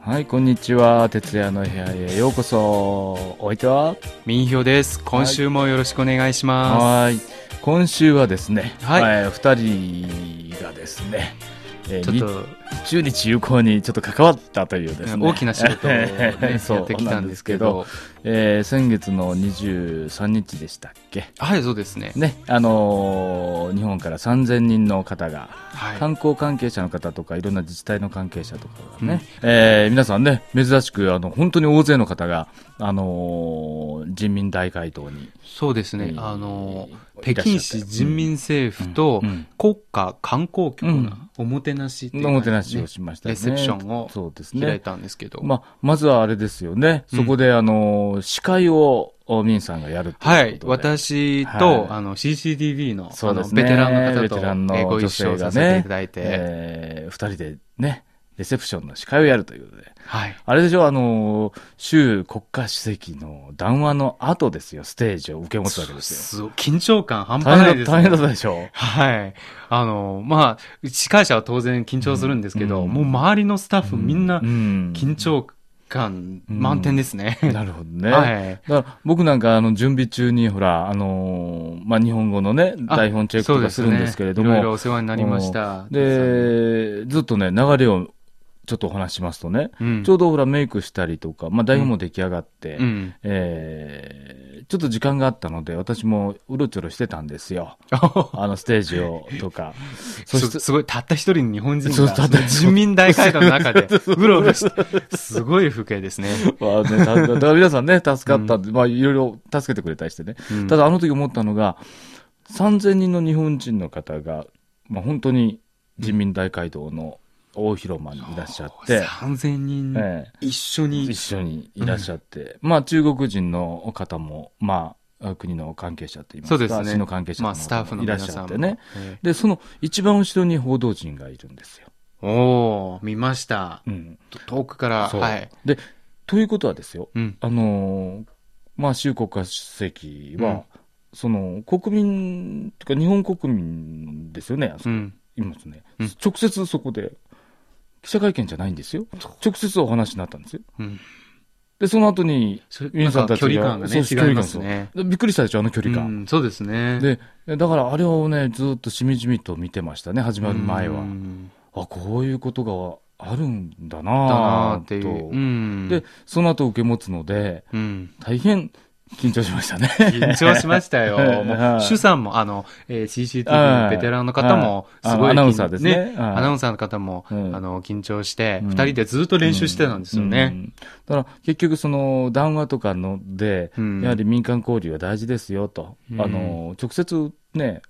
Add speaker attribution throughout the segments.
Speaker 1: はい、こんにちは。徹夜の部屋へようこそ。お相手は
Speaker 2: 民票です。今週もよろしくお願いしま
Speaker 1: はい。今週はですね、
Speaker 2: はい
Speaker 1: えー二人がですね、え
Speaker 2: す。
Speaker 1: ー
Speaker 2: ちょっと、
Speaker 1: 日中日友好にちょっと関わったというですね。
Speaker 2: 大きな仕事を、ね
Speaker 1: そう
Speaker 2: やってきたんですけ
Speaker 1: なん
Speaker 2: ど。
Speaker 1: けど。えー先月の23日でしたっけ
Speaker 2: はい、そうですね。
Speaker 1: ね、あのー日本から3000人の方が、
Speaker 2: はい。
Speaker 1: 観光関係者の方とか、いろんな自治体の関係者とかが
Speaker 2: うん
Speaker 1: ね、えー皆さんね、珍しく、あの、本当に大勢の方が、あのー人民大会堂に、
Speaker 2: そうですね
Speaker 1: う。ん
Speaker 2: あの
Speaker 1: い、らっしゃった
Speaker 2: 北京市人民政府と
Speaker 1: うんうん
Speaker 2: 国家観光局
Speaker 1: う
Speaker 2: の
Speaker 1: ん
Speaker 2: おもてなしっていう
Speaker 1: おもてなし
Speaker 2: 感
Speaker 1: を
Speaker 2: じ
Speaker 1: しましたね。
Speaker 2: レセプションを
Speaker 1: そうです
Speaker 2: でね開
Speaker 1: ね。
Speaker 2: いたんですけど。
Speaker 1: まあ、まずはあれですよね、
Speaker 2: うん
Speaker 1: そこで、あのー司会を、おみんさんがやるって
Speaker 2: は
Speaker 1: いうこ
Speaker 2: い。
Speaker 1: とで。
Speaker 2: 私
Speaker 1: はい
Speaker 2: と、あの、CCTV の、
Speaker 1: そ
Speaker 2: あ
Speaker 1: うで
Speaker 2: の、
Speaker 1: すね
Speaker 2: ベテランの方
Speaker 1: ベテラン
Speaker 2: と
Speaker 1: の
Speaker 2: えご
Speaker 1: 女
Speaker 2: 一
Speaker 1: 性
Speaker 2: 緒
Speaker 1: が
Speaker 2: さ
Speaker 1: ね
Speaker 2: せていただいて、
Speaker 1: えー二人でね、レセプションの司会をやるということで。
Speaker 2: はい。
Speaker 1: あれでしょ、あのー、習国家主席の談話の後ですよ、ステージを受け持つわけですよ。
Speaker 2: すごい緊張感半
Speaker 1: 大
Speaker 2: 端ない
Speaker 1: 変
Speaker 2: です
Speaker 1: だ
Speaker 2: ね。
Speaker 1: 大変だったでしょ。
Speaker 2: はい。あの、まあ、司会者は当然緊張するんですけど、
Speaker 1: うん
Speaker 2: もう周りのスタッフみんな緊
Speaker 1: 緊
Speaker 2: 張感
Speaker 1: うん
Speaker 2: 満点ですね。
Speaker 1: なるほどね。
Speaker 2: はい。
Speaker 1: だから僕なんかあの準備中に、ほら、あのーまあ、日本語のね、
Speaker 2: あ
Speaker 1: 台本チェックとかするんですけれど
Speaker 2: そうですねいろいろ
Speaker 1: も、
Speaker 2: お世話になりました。
Speaker 1: で、ずっとね、流れをちょっとお話ししますとね、
Speaker 2: うん、
Speaker 1: ちょうどほらメイクしたりとか、まあ、台本も出来上がって、
Speaker 2: うん。
Speaker 1: えーちょっと時間があったので、私もうろちょろしてたんです よ。あのステージをとか。 そし
Speaker 2: す
Speaker 1: て、
Speaker 2: すごい、たった一人の日本人
Speaker 1: そう
Speaker 2: が
Speaker 1: たった一人
Speaker 2: 人民大会館の中で、うろうろして、すごい風景ですね。
Speaker 1: まあね、ただ から皆さんね、助かったんで、まあいろいろ助けてくれたりしてね。
Speaker 2: うん
Speaker 1: ただあの時思ったのが、3000人の日本人の方が、まあ本当に人民大会堂の大広間にいらっしゃって、
Speaker 2: 3000人
Speaker 1: え
Speaker 2: 一緒
Speaker 1: え
Speaker 2: に、
Speaker 1: 一緒にいらっしゃって、まあ中国人の方も、まあ国の関係者といいま
Speaker 2: そう
Speaker 1: す
Speaker 2: です
Speaker 1: か、
Speaker 2: ね
Speaker 1: 市の関係者
Speaker 2: まあ
Speaker 1: の
Speaker 2: スタッフ
Speaker 1: 方
Speaker 2: の
Speaker 1: もいら
Speaker 2: 皆
Speaker 1: っし
Speaker 2: さ
Speaker 1: ゃ
Speaker 2: ん
Speaker 1: っ
Speaker 2: も。
Speaker 1: てね。
Speaker 2: え
Speaker 1: で、その一番後ろに報道陣がいるんですよ。
Speaker 2: えおー、見ました。
Speaker 1: うん。
Speaker 2: 遠くから、
Speaker 1: そう
Speaker 2: はい。
Speaker 1: で、ということはですよ、
Speaker 2: うん。
Speaker 1: あのーまあ、習国家主席は、
Speaker 2: うん
Speaker 1: その国民とか日本国民ですよね、あそうこ
Speaker 2: ん。
Speaker 1: いますね、
Speaker 2: うん
Speaker 1: 直接そこで記者会見じゃないんですよ、直接お話になったんですよ。
Speaker 2: うん。
Speaker 1: で、その後に、
Speaker 2: それ
Speaker 1: 皆さん
Speaker 2: な
Speaker 1: た
Speaker 2: ん
Speaker 1: ち
Speaker 2: か
Speaker 1: が
Speaker 2: 距離感がね、
Speaker 1: そう
Speaker 2: 違いますね。
Speaker 1: でびっくりしたでしょ、あの距離感。
Speaker 2: うんそうですね。
Speaker 1: で、だからあれをね、ずっとしみじみと見てましたね、始まる前は
Speaker 2: う。ん
Speaker 1: あ、こういうことがあるんだ
Speaker 2: だなー
Speaker 1: なぁ
Speaker 2: ってい
Speaker 1: と
Speaker 2: う。うん
Speaker 1: で、、その後受け持つので、
Speaker 2: うん。
Speaker 1: 大変緊張しましたね。
Speaker 2: 緊張しまし たよ。も
Speaker 1: は
Speaker 2: う、
Speaker 1: い
Speaker 2: 主さんも、あの、えー CCTV
Speaker 1: は
Speaker 2: の
Speaker 1: い
Speaker 2: ベテランの方も、
Speaker 1: はい
Speaker 2: すごい緊。
Speaker 1: あ アナウンサーですねはい
Speaker 2: アナウンサーの方も、あ
Speaker 1: うん
Speaker 2: の、緊張して、
Speaker 1: うん
Speaker 2: 二人でずっと練習してたんですよ
Speaker 1: う
Speaker 2: ね。
Speaker 1: んだから結局その談話とかので、
Speaker 2: うん
Speaker 1: やはり民間交流は大事ですよと、
Speaker 2: うん
Speaker 1: あの直接ね、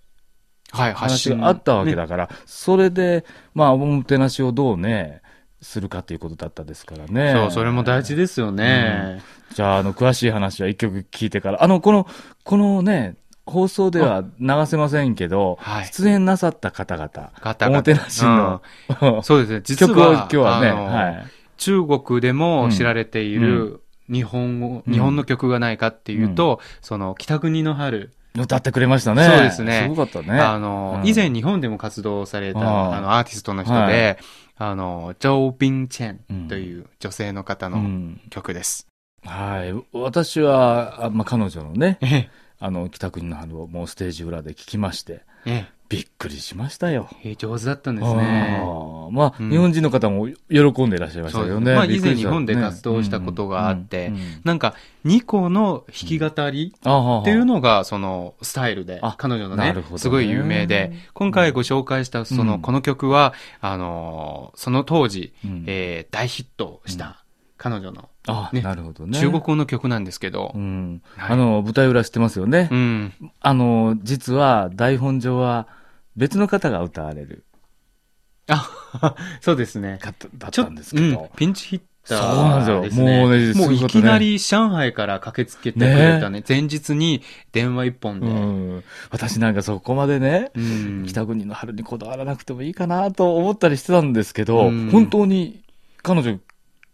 Speaker 2: はい、発
Speaker 1: 話
Speaker 2: 信。
Speaker 1: があったわけ
Speaker 2: ね。
Speaker 1: だから、それで、まあ、おもてなしをどうね、するかということだったですからね。
Speaker 2: そう、それも大事ですよね。
Speaker 1: じゃあ、あの、詳しい話は一曲聞いてから、あの、この、このね、放送では流せませんけど、
Speaker 2: はい
Speaker 1: 出演なさった方々、
Speaker 2: 方
Speaker 1: お
Speaker 2: 々
Speaker 1: もてなしの、
Speaker 2: うんそうですね。 実は、
Speaker 1: 曲を今日はね、
Speaker 2: あの
Speaker 1: はい。
Speaker 2: 中国でも知られている日本語、
Speaker 1: うん
Speaker 2: 日本の曲がないかっていうと、その、北国の春、
Speaker 1: 歌ってくれましたね。
Speaker 2: そうですね
Speaker 1: すごかったね。
Speaker 2: あの、
Speaker 1: うん
Speaker 2: 以前日本でも活動された、
Speaker 1: あー
Speaker 2: あの、アーティストの人で、
Speaker 1: は
Speaker 2: あの、ジョー・ビン・チェンという女性の方
Speaker 1: う
Speaker 2: の
Speaker 1: ん、
Speaker 2: 曲です。
Speaker 1: はい。私は、あまあ、彼女のね、
Speaker 2: え
Speaker 1: あの、北国の春をもうステージ裏で聞きまして、
Speaker 2: ええ
Speaker 1: びっくりしましたよ。
Speaker 2: え、上手だったんです
Speaker 1: あ
Speaker 2: ね。
Speaker 1: ーまあ、
Speaker 2: うん
Speaker 1: 日本人の方も喜んでいらっしゃいました
Speaker 2: そ
Speaker 1: け
Speaker 2: うで
Speaker 1: ど
Speaker 2: す
Speaker 1: ね。
Speaker 2: ね。まあ、
Speaker 1: び
Speaker 2: 以
Speaker 1: っく
Speaker 2: 前
Speaker 1: りし
Speaker 2: 日
Speaker 1: た
Speaker 2: 本で活動したことがあって、
Speaker 1: うんうんうん
Speaker 2: なんか、2個の弾き語り、っていうのが、その、スタイルで
Speaker 1: あ、
Speaker 2: 彼女の
Speaker 1: な
Speaker 2: ね
Speaker 1: るほどね
Speaker 2: すごい有名で、今回ご紹介した、その、
Speaker 1: うん
Speaker 2: この曲は、あのーその当時、
Speaker 1: うん
Speaker 2: えー大ヒットした、彼女の、
Speaker 1: あ、
Speaker 2: ね
Speaker 1: なるほどね。
Speaker 2: 中国語の曲なんですけど
Speaker 1: う、ん。
Speaker 2: はい
Speaker 1: あの、舞台裏知ってますよね。
Speaker 2: うん、
Speaker 1: あの、実は台本上は別の方が歌われる
Speaker 2: あ、そうですね。
Speaker 1: 方だっ
Speaker 2: ちょ
Speaker 1: た
Speaker 2: っ
Speaker 1: んです
Speaker 2: と、う
Speaker 1: け
Speaker 2: ん
Speaker 1: ど。、
Speaker 2: ピンチヒッタ
Speaker 1: そうな
Speaker 2: ー
Speaker 1: ん
Speaker 2: で
Speaker 1: ですす
Speaker 2: ね。
Speaker 1: よもうね
Speaker 2: もう
Speaker 1: すごい
Speaker 2: い
Speaker 1: ことね
Speaker 2: きなり上海から駆けつけてくれたね、前日に電話一本で。
Speaker 1: う
Speaker 2: うん
Speaker 1: ん。私なんかそこまでね、北国の春にこだわらなくてもいいかなと思ったりしてたんですけど、
Speaker 2: うん
Speaker 1: 本当に彼女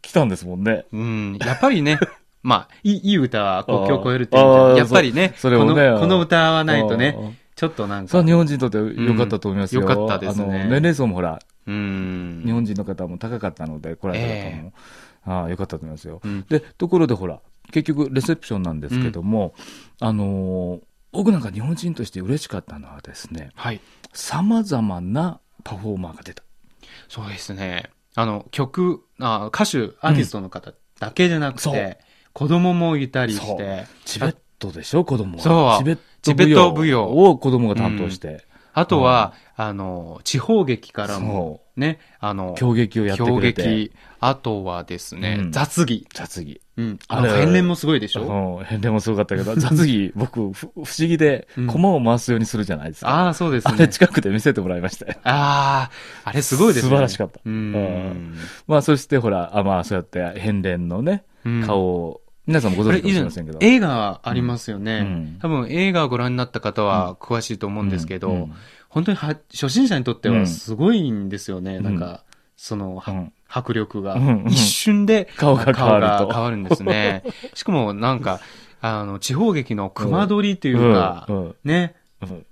Speaker 1: 来たんですもんね。
Speaker 2: うん、やっぱり ね、まあ、いいいい歌は国境を越えるって
Speaker 1: あ
Speaker 2: いう
Speaker 1: あ
Speaker 2: じゃんやっぱりね、
Speaker 1: そそれをね
Speaker 2: このこの歌はないと
Speaker 1: う
Speaker 2: ね、
Speaker 1: ん。
Speaker 2: ちょっとなん
Speaker 1: それ
Speaker 2: か
Speaker 1: は、日本人にとって良かったと思いますよ。
Speaker 2: うん良かったですね
Speaker 1: あの、年齢層もほら、
Speaker 2: うん、
Speaker 1: 日本人の方も高かったので、来られた方も。ああよかったと思いますよ。
Speaker 2: うん
Speaker 1: で、ところでほら、結局、レセプションなんですけども、あのー僕なんか日本人として嬉しかったのはですね、
Speaker 2: はい。
Speaker 1: さまざまなパフォーマーが出た。
Speaker 2: そうですね。あの、曲、あ歌手、アーティストの方だけじゃなくて、
Speaker 1: そう
Speaker 2: 子供もいたりし
Speaker 1: そう
Speaker 2: て、
Speaker 1: チベットでしょ、子供は。
Speaker 2: そ
Speaker 1: チ
Speaker 2: う
Speaker 1: ベット
Speaker 2: チベット舞踊
Speaker 1: を子供が担当して、
Speaker 2: あとは、あの、地方劇からも、
Speaker 1: そ
Speaker 2: ね、あ
Speaker 1: う、、
Speaker 2: の
Speaker 1: 狂撃をやってくれ
Speaker 2: 狂
Speaker 1: て。
Speaker 2: 撃あとはですね、
Speaker 1: うん
Speaker 2: 雑技。
Speaker 1: 雑技。
Speaker 2: うん。
Speaker 1: あ
Speaker 2: あ
Speaker 1: れ
Speaker 2: の、変年もすごいでしょ
Speaker 1: うん、 変でもすごかったけど、雑 技、僕、ふ不思議で
Speaker 2: うん、
Speaker 1: 駒を回すようにするじゃないですか。
Speaker 2: ああ、そうです
Speaker 1: あれ、
Speaker 2: ね。
Speaker 1: 近くで見せてもらいましたよ。
Speaker 2: ああ、あれすごいですね。
Speaker 1: 素晴らしかった
Speaker 2: う。
Speaker 1: うんまあ、そしてほら、あまあ、そうやって、変臉のね、
Speaker 2: うん
Speaker 1: 顔を、皆さんもご
Speaker 2: こ
Speaker 1: 存
Speaker 2: れ
Speaker 1: 知かも
Speaker 2: 以
Speaker 1: しれ
Speaker 2: 前
Speaker 1: ませんけど。
Speaker 2: 映画ありますよね、
Speaker 1: うん
Speaker 2: 多分映画をご覧になった方は詳しいと思うんですけど、
Speaker 1: うんうん
Speaker 2: 本当には初心者にとってはすごいんですよね、
Speaker 1: ん
Speaker 2: なんかその、は
Speaker 1: うん
Speaker 2: 迫力が、
Speaker 1: うんうん
Speaker 2: 一瞬で
Speaker 1: 顔が変わると
Speaker 2: 顔が変わるんですね しかもなんかあの地方劇の熊取りというか、
Speaker 1: うんうん
Speaker 2: ね
Speaker 1: うん
Speaker 2: それ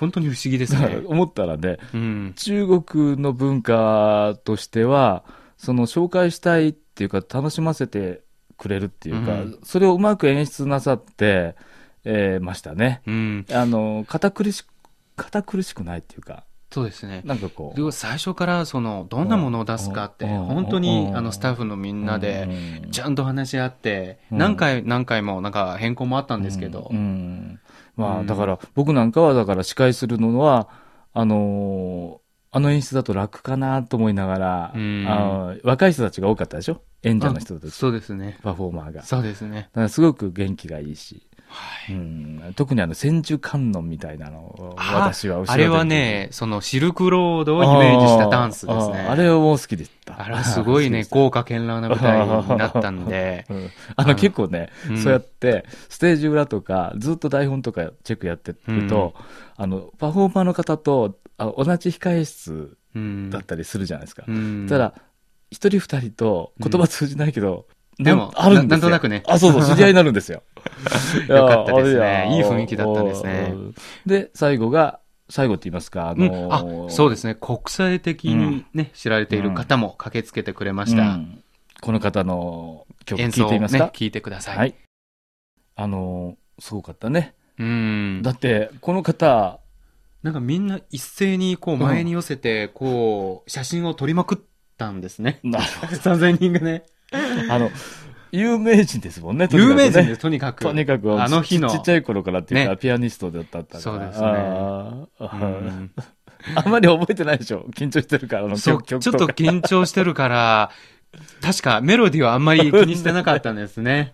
Speaker 2: 本当に不思議です
Speaker 1: だか
Speaker 2: ね
Speaker 1: ら、思ったらね、
Speaker 2: うん、
Speaker 1: 中国の文化としては、その紹介したいっていうか、楽しませてくれるっていうか、
Speaker 2: うん
Speaker 1: それをうまく演出なさって、えーましたね。
Speaker 2: うん、
Speaker 1: あの、堅苦しく、堅苦しくないっていうか、
Speaker 2: そうですね
Speaker 1: なんかこ
Speaker 2: で
Speaker 1: う。
Speaker 2: も最初からそのどんなものを出すかって
Speaker 1: うん
Speaker 2: 本当
Speaker 1: う
Speaker 2: に
Speaker 1: ん
Speaker 2: あのスタッフのみんなで
Speaker 1: うん
Speaker 2: ちゃんと話し合って、
Speaker 1: うん
Speaker 2: 何回何回もなんか変更もあったんですけど
Speaker 1: うんう、んまあ、
Speaker 2: うん
Speaker 1: だから僕なんかはだから司会するのはあのーあの演出だと楽かなと思いながら、
Speaker 2: うん
Speaker 1: あの若い人たちが多かったでしょ演者の人たち
Speaker 2: そうですね。
Speaker 1: パフォーマーがだか
Speaker 2: そうですね。
Speaker 1: らすごく元気がいいし、
Speaker 2: は
Speaker 1: う
Speaker 2: い。
Speaker 1: ん、特にあの千手観音みたいなのを
Speaker 2: あ
Speaker 1: 私は後ろで
Speaker 2: あれはね、そのシルクロードをイメージしたダンスですね。
Speaker 1: あーあれはもう好きでした
Speaker 2: あれはすごいね、
Speaker 1: 好きでし
Speaker 2: 豪華絢爛な舞台になったんで、
Speaker 1: たうんあの結構ね
Speaker 2: うん
Speaker 1: そうやって、ステージ裏とか、ずっと台本とかチェックやってると、あの、パフォーマーの方と、あ同じ控え室
Speaker 2: うん
Speaker 1: だったりするじゃないですか。
Speaker 2: うん
Speaker 1: ただ、一人二人と言葉通じないけど、
Speaker 2: うん
Speaker 1: なん
Speaker 2: でも
Speaker 1: あるんですよ
Speaker 2: ななんとなくね
Speaker 1: あ、そうそう、知り合いになるんですよ。
Speaker 2: よかったですね
Speaker 1: いや
Speaker 2: いい雰囲気だったんですね。
Speaker 1: おーおーで、最後が、最後って言いますか、あ
Speaker 2: う
Speaker 1: の
Speaker 2: んあ
Speaker 1: ー、
Speaker 2: そうですね、国際的にね、知られている方も駆けつけてくれまし
Speaker 1: う
Speaker 2: た。
Speaker 1: んこの方の曲
Speaker 2: 演
Speaker 1: 聞
Speaker 2: 奏
Speaker 1: い
Speaker 2: を
Speaker 1: て
Speaker 2: ね
Speaker 1: みますか、、
Speaker 2: 聞いてください。
Speaker 1: はい。あのー、すごかったね。
Speaker 2: うん。
Speaker 1: だって、この方、
Speaker 2: なんかみんな一斉にこう前に寄せて、こう、写真を撮りまくったんですね。
Speaker 1: なる
Speaker 2: 3000人がね。
Speaker 1: あの、有名人ですもんね、とにか
Speaker 2: 有
Speaker 1: くね
Speaker 2: 名人です、とにかく。
Speaker 1: とにかく、
Speaker 2: あの日の
Speaker 1: ちちっちゃい頃からっていうか、
Speaker 2: ね
Speaker 1: ピアニストだったから。
Speaker 2: そうですね
Speaker 1: あ
Speaker 2: う
Speaker 1: ー
Speaker 2: ん
Speaker 1: あんまり覚えてないでしょ緊張してるから、あの
Speaker 2: そう、
Speaker 1: 曲
Speaker 2: ちょっ
Speaker 1: 曲と
Speaker 2: と
Speaker 1: か。
Speaker 2: 緊張して るから、確かメロディーはあんまり気にしてなかったんで すね。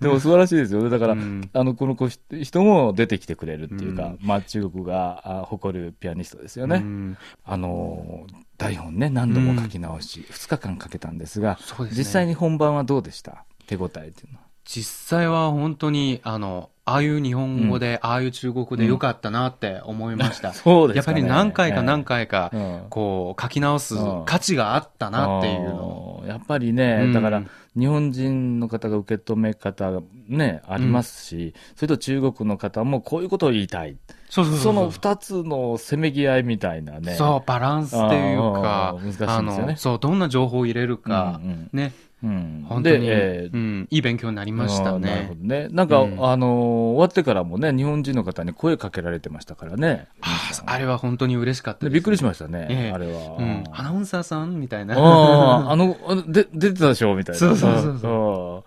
Speaker 1: でも素晴らしいですよね。だから、
Speaker 2: うん
Speaker 1: あの、この子し人も出てきてくれるっていうか、
Speaker 2: うん
Speaker 1: まあ中国があ誇るピアニストですよ
Speaker 2: う
Speaker 1: ね。
Speaker 2: ん
Speaker 1: あのー、台本ね、何度も書き直し、2日間かけたんですが、
Speaker 2: そうですね。
Speaker 1: 実際に本番はどうでした手応えっていうのは。
Speaker 2: 実際は本当に、あの、ああいう日本語で、ああいう中国語でよかったなって思いました。
Speaker 1: そう
Speaker 2: やっぱり何回か何
Speaker 1: 回
Speaker 2: 回か、こう、書き直す価値があったなっていうのを。
Speaker 1: あーやっぱりね、
Speaker 2: うん
Speaker 1: だから日本人の方が受け止め方がね、ありますし、それと中国の方もこういうことを言いたい。
Speaker 2: そうそう
Speaker 1: その二つのせめぎ合いみたいなね。
Speaker 2: そう、バランスっていう
Speaker 1: あ
Speaker 2: か
Speaker 1: ー難しいんです、よね
Speaker 2: の、そう、どんな情報を入れるか、
Speaker 1: うん
Speaker 2: ね、
Speaker 1: うん。うん
Speaker 2: 本当に、
Speaker 1: で、えー
Speaker 2: うん、いい勉強になりました
Speaker 1: あーなるほ
Speaker 2: ね
Speaker 1: ど。ね。なんか、
Speaker 2: うん
Speaker 1: あのー終わってからもね、日本人の方に声かけられてましたからね。
Speaker 2: あーあれは本当に嬉しかった
Speaker 1: で
Speaker 2: です。
Speaker 1: びっくりしましたね、
Speaker 2: ええ
Speaker 1: あれは。
Speaker 2: うん、アナウンサーさんみたいな。
Speaker 1: ああ、あの、あので、出てたでしょみたいな。
Speaker 2: そうそうそ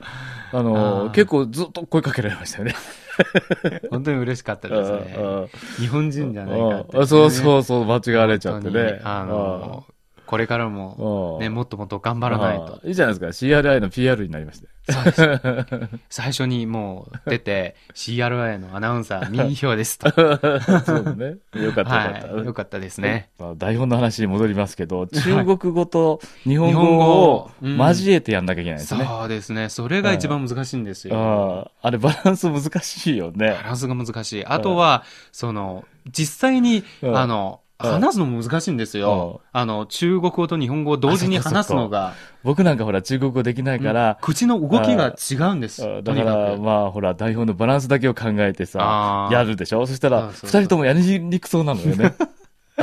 Speaker 1: う
Speaker 2: う
Speaker 1: んあの
Speaker 2: あー
Speaker 1: 結構ずっと声かけられましたよね。
Speaker 2: 本当に嬉しかったですね。日本人じゃないかって、
Speaker 1: うんそう
Speaker 2: う。
Speaker 1: そうそう、間違われちゃっ
Speaker 2: 本
Speaker 1: て
Speaker 2: 当に
Speaker 1: ね。
Speaker 2: あの、これからも、
Speaker 1: うん、
Speaker 2: ね、も
Speaker 1: っ
Speaker 2: っともっと頑張らないと。。
Speaker 1: いいじゃないですか。CRI の PR になりましたよ。
Speaker 2: そうです。最初にもう 出て、CRI のアナウンサー、民票ですと。
Speaker 1: そうね。よかったよかった。
Speaker 2: はい。よかったですね。
Speaker 1: まあ台本の話に戻りますけど、中国語と日本
Speaker 2: 日本語
Speaker 1: 語を
Speaker 2: をうん
Speaker 1: 交えてやんなきゃいけないですね。
Speaker 2: そうですね。それが一番難しいんですよ。
Speaker 1: あああれバランス難しいよね
Speaker 2: バ。ランスが難しい。あとは、その、実際に、
Speaker 1: うん
Speaker 2: あの、
Speaker 1: うん
Speaker 2: 話すのも難しいんですよ。あの、中国語と日本語を同時に
Speaker 1: あそっかそっか
Speaker 2: 話すのが、
Speaker 1: 僕なんかほら中国語できないから、
Speaker 2: 口の動きが違うんです。
Speaker 1: あ
Speaker 2: と
Speaker 1: だ
Speaker 2: に
Speaker 1: か、
Speaker 2: からく。
Speaker 1: まあ、ほら、台本のバランスだけを考えてさ
Speaker 2: あ、ー
Speaker 1: やるでしょそしたら、
Speaker 2: そうそ
Speaker 1: 二
Speaker 2: うそう
Speaker 1: 人ともやりにくそうなのよね。あ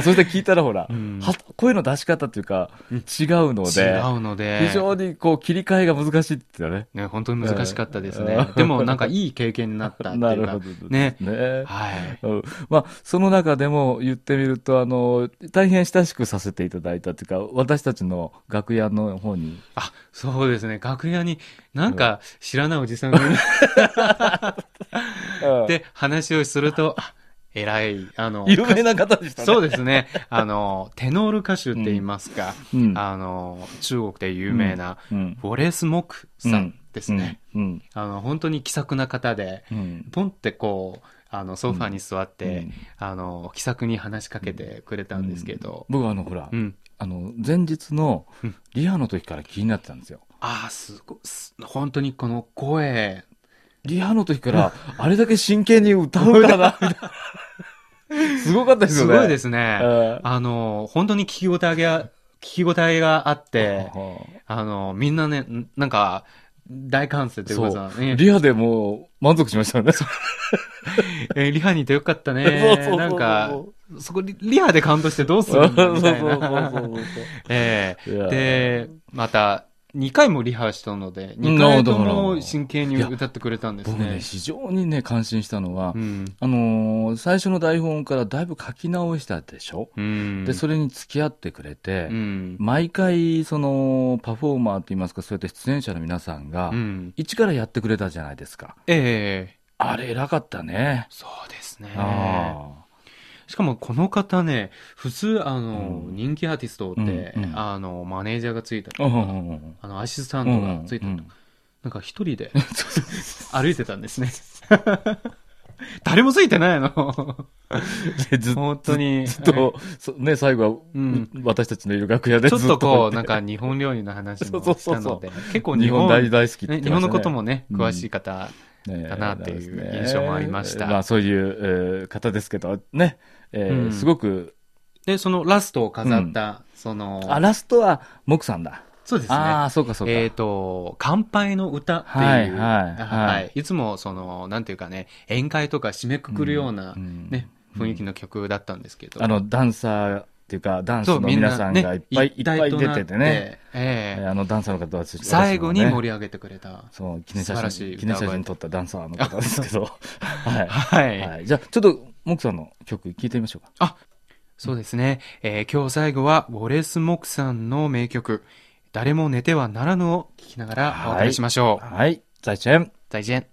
Speaker 1: そして聞いたらほら、
Speaker 2: うん
Speaker 1: は声の出し方っていうか、
Speaker 2: うん
Speaker 1: 違うので、
Speaker 2: 違うので。
Speaker 1: 非常にこう切り替えが難しいって言ってたね。
Speaker 2: ね、本当に難しかったです
Speaker 1: う
Speaker 2: ね
Speaker 1: ん。
Speaker 2: でもなんかいい経験になったって
Speaker 1: ないる
Speaker 2: う
Speaker 1: ほ
Speaker 2: か。
Speaker 1: ど。
Speaker 2: ね。
Speaker 1: ね
Speaker 2: はい。
Speaker 1: うんまあ、その中でも言ってみると、あの、大変親しくさせていただいたというか、私たちの楽屋の方に、
Speaker 2: あ、そうですね。楽屋になんか知らないおじさんがい
Speaker 1: で、
Speaker 2: て話をすると、あ、偉い、あの、
Speaker 1: 有名な方でしたね。
Speaker 2: そうで すね。あの、テノール歌手って言いますか、
Speaker 1: うん
Speaker 2: あの、中国で有名な、
Speaker 1: うん。
Speaker 2: ボレス・モクさんですね。
Speaker 1: うん。
Speaker 2: あの、本当に気さくな方で、
Speaker 1: うん。
Speaker 2: ポンってこう、あの、ソファに座って、
Speaker 1: うん
Speaker 2: あの、気さくに話しかけてくれたんですけど、
Speaker 1: 僕はあの、ほら
Speaker 2: う、ん。
Speaker 1: あの、前日の
Speaker 2: うん
Speaker 1: リハの時から気になってたんですよ。
Speaker 2: ああ、すごい、す本当にこの声、
Speaker 1: リハの時 から、あれだけ真剣に歌うかな、みたいな。すごかったです
Speaker 2: す
Speaker 1: よね。。
Speaker 2: ごいですすね。あの、本当に聞き応えが、聞き応えがあって、あの、みんなね、んなんか、大歓声というかさ、ね
Speaker 1: リハでもう満足しましたね。そ
Speaker 2: えーリハにいてよかっ た
Speaker 1: そうそうそうそ
Speaker 2: ね。
Speaker 1: う
Speaker 2: なんか、そこリ、リハで感動してどうするんだみた いな。え
Speaker 1: いや
Speaker 2: ーで、また、2回もリハしたので、
Speaker 1: なる
Speaker 2: 2
Speaker 1: ほ
Speaker 2: 回
Speaker 1: ど
Speaker 2: とも真剣に歌ってくれたんです
Speaker 1: 僕ね、
Speaker 2: ね。
Speaker 1: 非常にね、感心したのは、
Speaker 2: うん。
Speaker 1: あのー最初の台本からだいぶ書き直したでしょ、
Speaker 2: うん。
Speaker 1: で、それに付き合ってくれて、
Speaker 2: うん。
Speaker 1: 毎回、その、パフォーマーといいますか、そうやって出演者の皆さんが、
Speaker 2: うん。
Speaker 1: 一からやってくれたじゃないですか。
Speaker 2: ええ
Speaker 1: あれ、偉かったね。
Speaker 2: そうですね。
Speaker 1: あ
Speaker 2: しかもこの方ね、普通、あの、
Speaker 1: うん
Speaker 2: 人気アーティストって、
Speaker 1: うんうん
Speaker 2: あの、マネージャーがついたり
Speaker 1: あ。
Speaker 2: と
Speaker 1: う
Speaker 2: か、
Speaker 1: んうんうん
Speaker 2: あの、アシスタ
Speaker 1: う
Speaker 2: ント
Speaker 1: ん
Speaker 2: がついた
Speaker 1: う
Speaker 2: りとか、
Speaker 1: ん
Speaker 2: なんか一人で歩いてたんですね。誰もついてないの
Speaker 1: でず
Speaker 2: 本当に。
Speaker 1: ずっと、そね、最後は、
Speaker 2: うん
Speaker 1: 私たちのいる楽屋で
Speaker 2: ち
Speaker 1: ず
Speaker 2: ょ
Speaker 1: っと。
Speaker 2: っとこう、なんか日本料理の話もしたので、結構
Speaker 1: 日
Speaker 2: 日
Speaker 1: 本
Speaker 2: 本
Speaker 1: 大大好きって言
Speaker 2: ね
Speaker 1: ってましたね
Speaker 2: 日本のこともね、
Speaker 1: うん
Speaker 2: 詳しい方。だなっていう印象もありました
Speaker 1: ねまあそういう、えー方ですけど、ね、えー
Speaker 2: うん
Speaker 1: すごく、
Speaker 2: で、そのラストを飾った、その、
Speaker 1: あ、ラストは、モクさんだ。
Speaker 2: そうです
Speaker 1: あ
Speaker 2: ね。
Speaker 1: あ、そうかそうか。
Speaker 2: えっと、乾杯の歌っていう、
Speaker 1: はいはいは
Speaker 2: はいいいつもその、なんていうかね、宴会とか締めくくるような、
Speaker 1: うん
Speaker 2: ね、雰囲気の曲だったんですけど。
Speaker 1: あの、ダンサーっていうか、ダンスの皆さんがいっぱいいっぱい出ててね。。え
Speaker 2: ええ
Speaker 1: ーあの、ダンサーの方は、私もね
Speaker 2: 最後に盛り上げてくれた。
Speaker 1: そう、記念写
Speaker 2: 素晴らし
Speaker 1: 真、
Speaker 2: い歌
Speaker 1: 記念写
Speaker 2: 声
Speaker 1: 真
Speaker 2: で
Speaker 1: 撮ったダンサーの方です けど。は。
Speaker 2: はいい。
Speaker 1: はい。じゃあ、ちょっと、モクさんの曲聴いてみましょうか。
Speaker 2: あ、そうですね。えー今日最後は、ウォレス・モクさんの名曲、誰も寝てはならぬを聴きながらお別れしましょう。
Speaker 1: はい。再见。
Speaker 2: 再见。